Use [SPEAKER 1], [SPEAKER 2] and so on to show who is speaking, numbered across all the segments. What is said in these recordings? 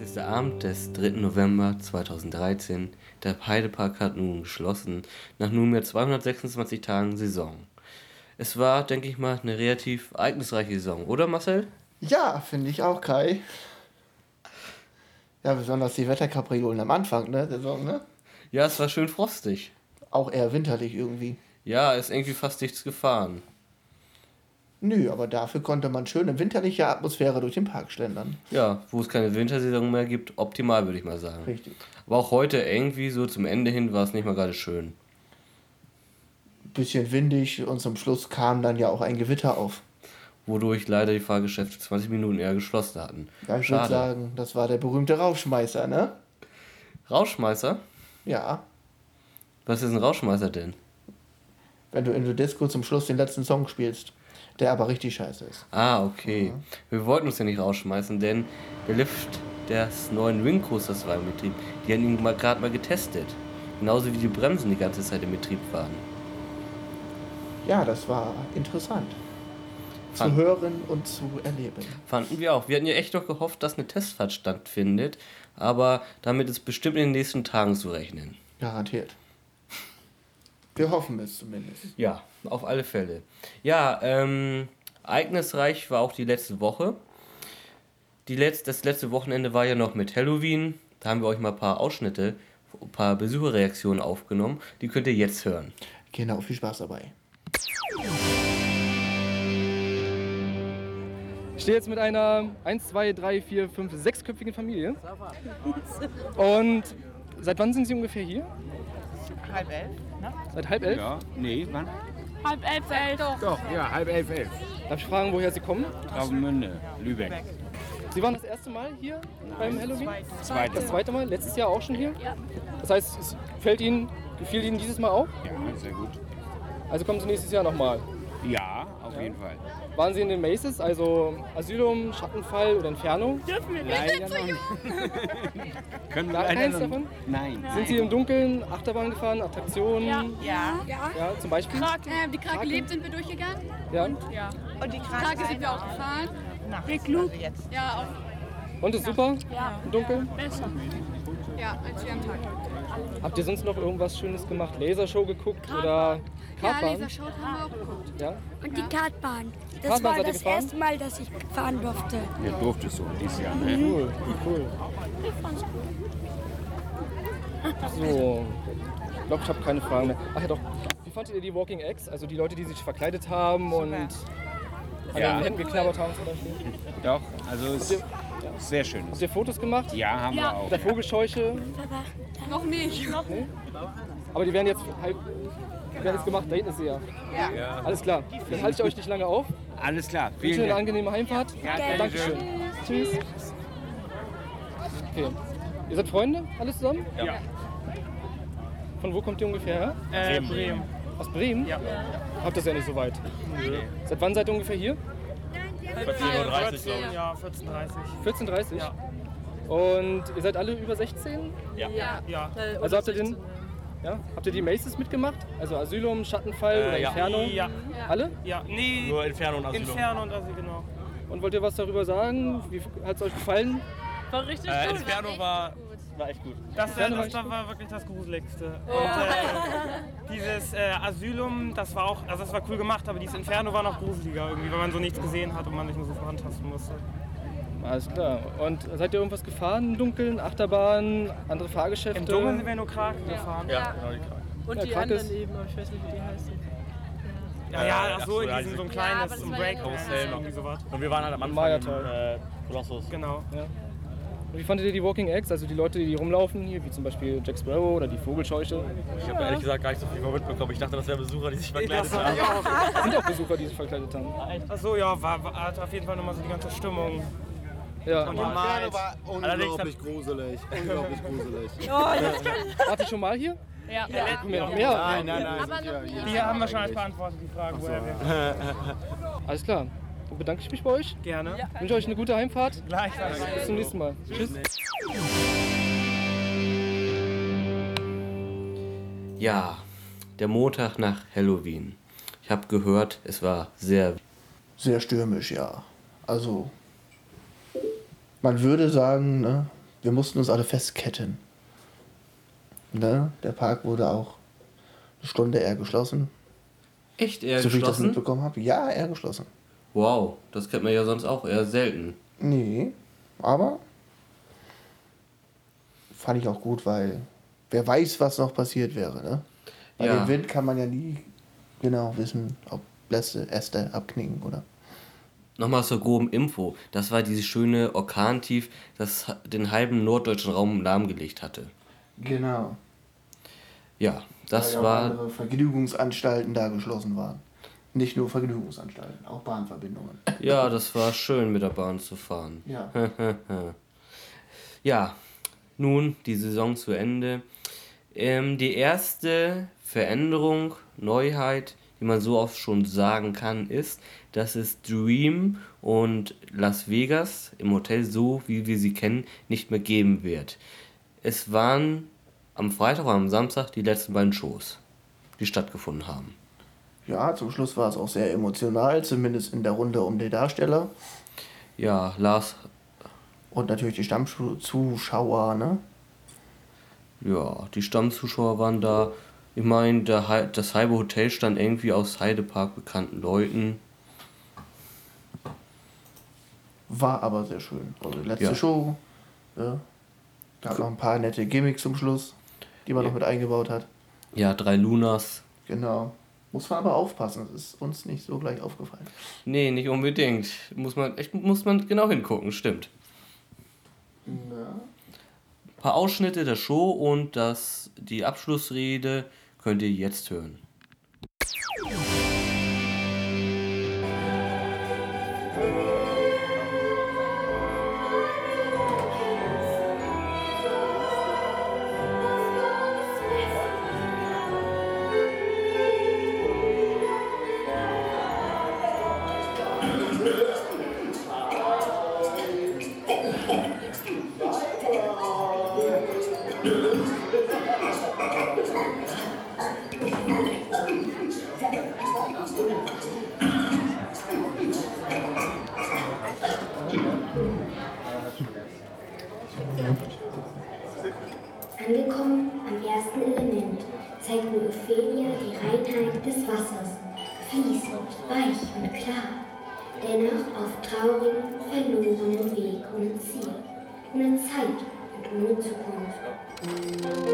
[SPEAKER 1] ist der Abend des 3. November 2013. Der Heidepark hat nun geschlossen, nach nunmehr 226 Tagen Saison. Es war, denke ich mal, eine relativ ereignisreiche Saison, oder Marcel?
[SPEAKER 2] Ja, finde ich auch, Kai. Ja, besonders die Wetterkapriolen am Anfang, ne? Saison, ne?
[SPEAKER 1] Ja, es war schön frostig.
[SPEAKER 2] Auch eher winterlich irgendwie.
[SPEAKER 1] Ja, ist irgendwie fast nichts gefahren.
[SPEAKER 2] Nö, aber dafür konnte man schön in winterlicher Atmosphäre durch den Park schlendern.
[SPEAKER 1] Ja, wo es keine Wintersaison mehr gibt, optimal würde ich mal sagen.
[SPEAKER 2] Richtig.
[SPEAKER 1] Aber auch heute irgendwie so zum Ende hin war es nicht mal gerade schön.
[SPEAKER 2] Bisschen windig und zum Schluss kam dann ja auch ein Gewitter auf.
[SPEAKER 1] Wodurch leider die Fahrgeschäfte 20 Minuten eher geschlossen hatten.
[SPEAKER 2] Ja, ich würde
[SPEAKER 1] Schade.
[SPEAKER 2] sagen, das war der berühmte Rauschmeißer, ne?
[SPEAKER 1] Rauschmeißer?
[SPEAKER 2] Ja.
[SPEAKER 1] Was ist ein Rauschmeißer denn?
[SPEAKER 2] Wenn du in der Disco zum Schluss den letzten Song spielst, der aber richtig scheiße ist.
[SPEAKER 1] Ah, okay. Wir wollten uns ja nicht rausschmeißen, denn der Lift des neuen Wing Coasters war im Betrieb. Die haben ihn mal gerade mal getestet. Genauso wie die Bremsen die ganze Zeit im Betrieb waren.
[SPEAKER 2] Ja, das war interessant. Zu
[SPEAKER 1] Fand-
[SPEAKER 2] hören und zu erleben.
[SPEAKER 1] Fanden wir auch. Wir hatten ja echt noch gehofft, dass eine Testfahrt stattfindet, aber damit ist bestimmt in den nächsten Tagen zu rechnen.
[SPEAKER 2] Garantiert. Wir hoffen es zumindest.
[SPEAKER 1] Ja, auf alle Fälle. Ja, ähm, ereignisreich war auch die letzte Woche. Die letz das letzte Wochenende war ja noch mit Halloween. Da haben wir euch mal ein paar Ausschnitte, ein paar Besucherreaktionen aufgenommen. Die könnt ihr jetzt hören.
[SPEAKER 2] Genau, viel Spaß dabei.
[SPEAKER 3] Ich stehe jetzt mit einer 1, 2, 3, 4, 5, 6-köpfigen Familie. Und seit wann sind Sie ungefähr hier?
[SPEAKER 4] Halb elf. ne?
[SPEAKER 3] Seit halb elf?
[SPEAKER 5] Ja, nee, wann?
[SPEAKER 6] Halb elf, elf. Doch.
[SPEAKER 5] Doch, ja, halb elf, elf.
[SPEAKER 3] Darf ich fragen, woher Sie kommen?
[SPEAKER 5] Travemünde, Lübeck.
[SPEAKER 3] Sie waren das erste Mal hier beim Halloween? Das
[SPEAKER 5] Zweites.
[SPEAKER 3] zweite Mal? Letztes Jahr auch schon hier? Ja. Das heißt, es fällt Ihnen, gefiel Ihnen dieses Mal auch?
[SPEAKER 5] Ja, sehr gut.
[SPEAKER 3] Also kommen Sie nächstes Jahr nochmal.
[SPEAKER 5] Ja, auf jeden Fall.
[SPEAKER 3] Waren Sie in den Maces, also Asylum, Schattenfall oder Inferno?
[SPEAKER 6] Dürfen wir nicht.
[SPEAKER 5] Leider noch nicht. Können wir
[SPEAKER 3] Gar
[SPEAKER 5] leider
[SPEAKER 3] keins
[SPEAKER 5] noch
[SPEAKER 3] davon?
[SPEAKER 5] nicht. Nein.
[SPEAKER 3] Sind Sie im Dunkeln Achterbahn gefahren, Attraktionen?
[SPEAKER 6] Ja.
[SPEAKER 4] Ja.
[SPEAKER 3] Ja, zum Beispiel?
[SPEAKER 6] Kraken. Äh, die Krake lebt, sind wir durchgegangen.
[SPEAKER 3] Ja.
[SPEAKER 6] Ja.
[SPEAKER 4] Und die
[SPEAKER 6] Krake
[SPEAKER 4] Krake
[SPEAKER 6] sind wir auch gefahren.
[SPEAKER 4] nachts,
[SPEAKER 6] Big Loop.
[SPEAKER 4] also jetzt.
[SPEAKER 6] Ja, auch
[SPEAKER 3] Und ist super?
[SPEAKER 6] Ja.
[SPEAKER 3] Im Dunkeln?
[SPEAKER 6] besser. Ja, als wir am Tag.
[SPEAKER 3] Habt ihr sonst noch irgendwas Schönes gemacht? Lasershow geguckt oder
[SPEAKER 6] Ja,
[SPEAKER 3] Kartbahn?
[SPEAKER 6] Lasershow haben wir auch geguckt.
[SPEAKER 3] Ja,
[SPEAKER 7] Und die Kartbahn. Das
[SPEAKER 3] Kartbahn
[SPEAKER 7] war
[SPEAKER 3] seid ihr
[SPEAKER 7] das
[SPEAKER 3] gefahren?
[SPEAKER 7] erste Mal, dass ich fahren durfte.
[SPEAKER 5] Ihr durftet so dieses Jahr,
[SPEAKER 6] Mhm.
[SPEAKER 5] ne?
[SPEAKER 3] cool, cool. So, ich glaube, ich habe keine Fragen mehr. Ach ja doch, wie fandet ihr die Walking Eggs? Also die Leute, die sich verkleidet haben und an
[SPEAKER 5] Ja.
[SPEAKER 3] den Händen geknabbert haben zum Beispiel. Habt
[SPEAKER 5] Doch, also es ist sehr schönes.
[SPEAKER 3] ihr Fotos gemacht?
[SPEAKER 5] Ja, haben wir auch.
[SPEAKER 3] Mit der Vogelscheuche?
[SPEAKER 6] Noch nicht.
[SPEAKER 3] Aber die werden jetzt halb... Die werden jetzt gemacht, da hinten ist sie ja.
[SPEAKER 5] Ja.
[SPEAKER 3] Alles klar, dann halte ich euch nicht lange auf.
[SPEAKER 5] Alles klar,
[SPEAKER 3] Wünsche
[SPEAKER 5] vielen
[SPEAKER 3] eine
[SPEAKER 5] Dank.
[SPEAKER 3] angenehme Heimfahrt.
[SPEAKER 5] Ja,
[SPEAKER 3] Dankeschön. Tschüss. Okay. Ihr seid Freunde, alle zusammen?
[SPEAKER 5] Ja.
[SPEAKER 3] Von wo kommt ihr ungefähr her?
[SPEAKER 5] Äh, Bremen.
[SPEAKER 3] Aus Bremen? Ja. Habt das ja nicht so weit. Seit wann seid ihr ungefähr hier?
[SPEAKER 8] 14.30 glaube ich. Ja, 14.30
[SPEAKER 3] 14.30 Ja. Und ihr seid alle über 16?
[SPEAKER 8] Ja.
[SPEAKER 3] Also habt ihr den. Ja? Habt ihr die Maces mitgemacht? Also Asylum, Schattenfall oder Inferno?
[SPEAKER 8] Ja.
[SPEAKER 3] Alle?
[SPEAKER 8] ja. Nee,
[SPEAKER 9] Nur Inferno und Asylum.
[SPEAKER 8] Inferno und also genau.
[SPEAKER 3] Und wollt ihr was darüber sagen? Wie hat es euch gefallen?
[SPEAKER 6] War richtig
[SPEAKER 9] Äh,
[SPEAKER 6] gut.
[SPEAKER 9] Inferno
[SPEAKER 10] ne?
[SPEAKER 9] war, war echt gut.
[SPEAKER 8] Das, äh,
[SPEAKER 3] Inferno war
[SPEAKER 8] das,
[SPEAKER 3] echt
[SPEAKER 8] das war wirklich das Gruseligste.
[SPEAKER 6] Oh.
[SPEAKER 8] Und, äh, dieses äh, Asylum, das war auch, also das war cool gemacht, aber dieses Inferno war noch gruseliger irgendwie, weil man so nichts gesehen hat und man sich nur so vorantasten musste.
[SPEAKER 3] Alles klar. Und seid ihr irgendwas gefahren im Dunkeln? Achterbahn, andere Fahrgeschäfte?
[SPEAKER 8] Im Dunkeln sind wir nur Kraken gefahren.
[SPEAKER 9] Ja, genau die Kragen.
[SPEAKER 3] ja, krank ist.
[SPEAKER 10] eben, aber ich weiß nicht, wie die heißen.
[SPEAKER 8] Ja, ja,
[SPEAKER 9] Ach
[SPEAKER 8] ach so,
[SPEAKER 9] so,
[SPEAKER 8] in
[SPEAKER 9] ja,
[SPEAKER 8] diesem so ein
[SPEAKER 6] Ja, aber
[SPEAKER 8] kleines
[SPEAKER 6] das
[SPEAKER 8] so ein
[SPEAKER 6] war ja
[SPEAKER 8] Breakdance
[SPEAKER 6] Hotel
[SPEAKER 8] oder
[SPEAKER 9] noch.
[SPEAKER 8] irgendwie sowas.
[SPEAKER 9] Und wir waren halt am
[SPEAKER 3] War
[SPEAKER 9] Anfang
[SPEAKER 3] ja
[SPEAKER 9] im
[SPEAKER 3] toll.
[SPEAKER 9] äh, Kolossus.
[SPEAKER 8] Genau.
[SPEAKER 3] Wie fandet ihr die Walking Eggs, also die Leute, die rumlaufen hier, wie zum Beispiel Jack Sparrow oder die Vogelscheuche?
[SPEAKER 9] Ich habe ehrlich gesagt gar nicht so viel von mitbekommen. Ich dachte, das wären Besucher, die sich verkleidet haben.
[SPEAKER 3] Das sind auch Besucher, die sich verkleidet haben.
[SPEAKER 8] Ach so, ja, war, war hat auf jeden Fall nochmal so die ganze Stimmung.
[SPEAKER 3] Ja.
[SPEAKER 8] Normal.
[SPEAKER 9] Allerdings hab-
[SPEAKER 10] gruselig, unglaublich gruselig.
[SPEAKER 3] Wart ihr schon mal hier?
[SPEAKER 6] Ja.
[SPEAKER 3] Kommen ja noch mehr.
[SPEAKER 10] Nein, nein, nein.
[SPEAKER 6] Aber noch nie.
[SPEAKER 8] Die haben wir schon alles beantwortet, die Frage, woher wir.
[SPEAKER 3] Alles klar. Dann bedanke ich mich bei euch.
[SPEAKER 8] Gerne.
[SPEAKER 3] Wünsche euch eine gute Heimfahrt.
[SPEAKER 8] Gleich.
[SPEAKER 3] Bis zum nächsten Mal. Tschüss.
[SPEAKER 1] Ja, der Montag nach Halloween. Ich habe gehört, es war sehr.
[SPEAKER 2] Sehr stürmisch, ja. Also, man würde sagen, ne, wir mussten uns alle festketten. Ne? Der Park wurde auch eine Stunde eher geschlossen.
[SPEAKER 1] Echt eher
[SPEAKER 2] so wie ich das
[SPEAKER 1] geschlossen?
[SPEAKER 2] mitbekommen habe. Ja, eher geschlossen.
[SPEAKER 1] Wow, das kennt man ja sonst auch eher selten.
[SPEAKER 2] Nee, aber fand ich auch gut, weil wer weiß, was noch passiert wäre. Ne? Bei
[SPEAKER 1] Ja.
[SPEAKER 2] dem Wind kann man ja nie genau wissen, ob Läste, Äste abknicken oder.
[SPEAKER 1] Nochmal zur groben Info. Das war dieses schöne Orkantief, das den halben norddeutschen Raum lahmgelegt hatte.
[SPEAKER 2] Genau.
[SPEAKER 1] Ja, das
[SPEAKER 2] weil auch
[SPEAKER 1] war
[SPEAKER 2] andere Vergnügungsanstalten da geschlossen waren. Nicht nur Vergnügungsanstalten, auch Bahnverbindungen.
[SPEAKER 1] ja, das war schön mit der Bahn zu fahren.
[SPEAKER 2] Ja.
[SPEAKER 1] Ja, nun die Saison zu Ende. Ähm, die erste Veränderung, Neuheit, die man so oft schon sagen kann, ist, dass es Dream und Las Vegas im Hotel, so wie wir sie kennen, nicht mehr geben wird. Es waren am Freitag und am Samstag die letzten beiden Shows, die stattgefunden haben.
[SPEAKER 2] Ja, zum Schluss war es auch sehr emotional, zumindest in der Runde um den Darsteller
[SPEAKER 1] Ja, Lars,
[SPEAKER 2] und natürlich die Stammzuschauer, ne?
[SPEAKER 1] ja, die Stammzuschauer waren da. Ich meine, der Hei- das halbe Hotel stand irgendwie aus Heidepark bekannten Leuten.
[SPEAKER 2] War aber sehr schön. Also die letzte
[SPEAKER 1] Ja.
[SPEAKER 2] Show. ne? Ja. Gab noch ein paar nette Gimmicks zum Schluss, die man noch mit eingebaut hat.
[SPEAKER 1] Ja, drei Lunas.
[SPEAKER 2] Genau. Muss man aber aufpassen, das ist uns nicht so gleich aufgefallen.
[SPEAKER 1] Nee, nicht unbedingt. Muss man, echt, muss man genau hingucken, stimmt. Ein paar Ausschnitte der Show und das, die Abschlussrede könnt ihr jetzt hören.
[SPEAKER 11] Angekommen am ersten Element zeigt mir Ophelia die Reinheit des Wassers, fließend, weich und klar, dennoch auf traurigem, verlorenem Weg ohne Ziel, ohne Zeit und ohne Zukunft.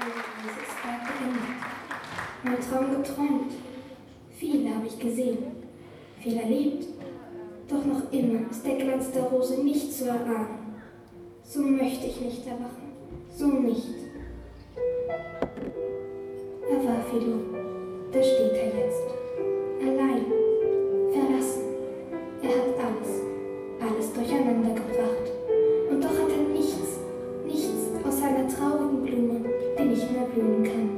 [SPEAKER 11] Es ist bald beginnt. Mein Traum geträumt. Viel habe ich gesehen. Viel erlebt. Doch noch immer ist der Glanz der Rose nicht zu erahnen. So möchte ich nicht erwachen. So nicht. Er war für die. Da steht er jetzt. Allein. Verlassen. Er hat alles. Alles durcheinander gebracht. Und doch hat er nichts. Nichts aus seiner traurigen Blume, die nicht mehr blühen kann.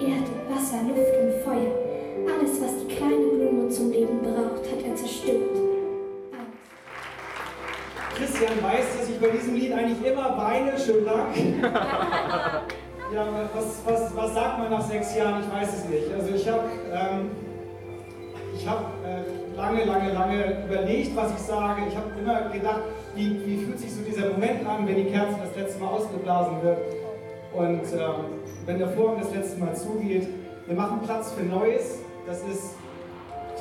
[SPEAKER 11] Erde, Wasser, Luft und Feuer. Alles, was die kleine Blume zum Leben braucht, hat er zerstört.
[SPEAKER 12] Christian weiß, dass ich bei diesem Lied eigentlich immer weine. Schönen Dank. Ja, was, was, was sagt man nach sechs Jahren? Ich weiß es nicht. Also ich habe ähm, ich hab, äh, lange, lange, lange überlegt, was ich sage. Ich habe immer gedacht, wie, wie fühlt sich so dieser Moment an, wenn die Kerze das letzte Mal ausgeblasen wird und ähm, wenn der Vorhang das letzte Mal zugeht. Wir machen Platz für Neues. Das ist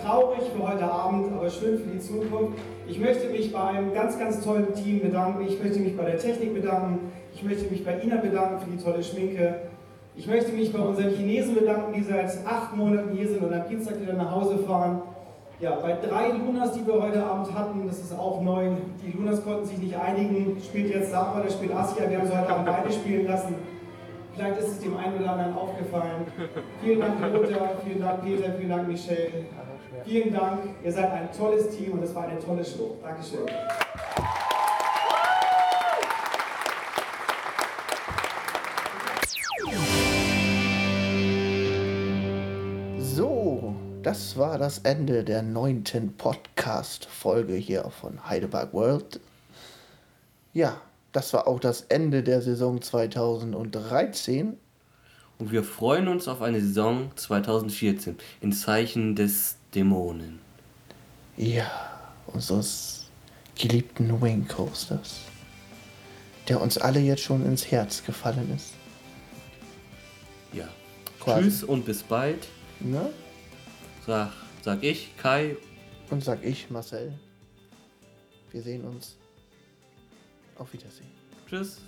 [SPEAKER 12] traurig für heute Abend, aber schön für die Zukunft. Ich möchte mich bei einem ganz, ganz tollen Team bedanken. Ich möchte mich bei der Technik bedanken. Ich möchte mich bei Ina bedanken für die tolle Schminke. Ich möchte mich bei unseren Chinesen bedanken, die seit acht Monaten hier sind und am Dienstag wieder nach Hause fahren. Ja, bei drei Lunas, die wir heute Abend hatten, das ist auch neu. Die Lunas konnten sich nicht einigen. Spielt jetzt Sapa, das spielt Asia. Wir haben sie heute Abend beide spielen lassen. Vielleicht ist es dem einen oder anderen aufgefallen. Vielen Dank, Lothar, vielen Dank, Peter, vielen Dank, Michelle. Vielen Dank, ihr seid ein tolles Team und es war eine tolle Show. Dankeschön.
[SPEAKER 2] So, das war das Ende der neunten Podcast-Folge hier von Heidelberg World. Ja, das war auch das Ende der Saison 2013.
[SPEAKER 1] Und wir freuen uns auf eine Saison 2014 in Zeichen des Dämonen.
[SPEAKER 2] Ja, unseres geliebten Wing Coasters, der uns alle jetzt schon ins Herz gefallen ist.
[SPEAKER 1] Ja.
[SPEAKER 2] Quasi.
[SPEAKER 1] Tschüss und bis bald.
[SPEAKER 2] Ne?
[SPEAKER 1] Sag, sag ich, Kai.
[SPEAKER 2] Und sag ich, Marcel. Wir sehen uns. Auf Wiedersehen.
[SPEAKER 1] Tschüss.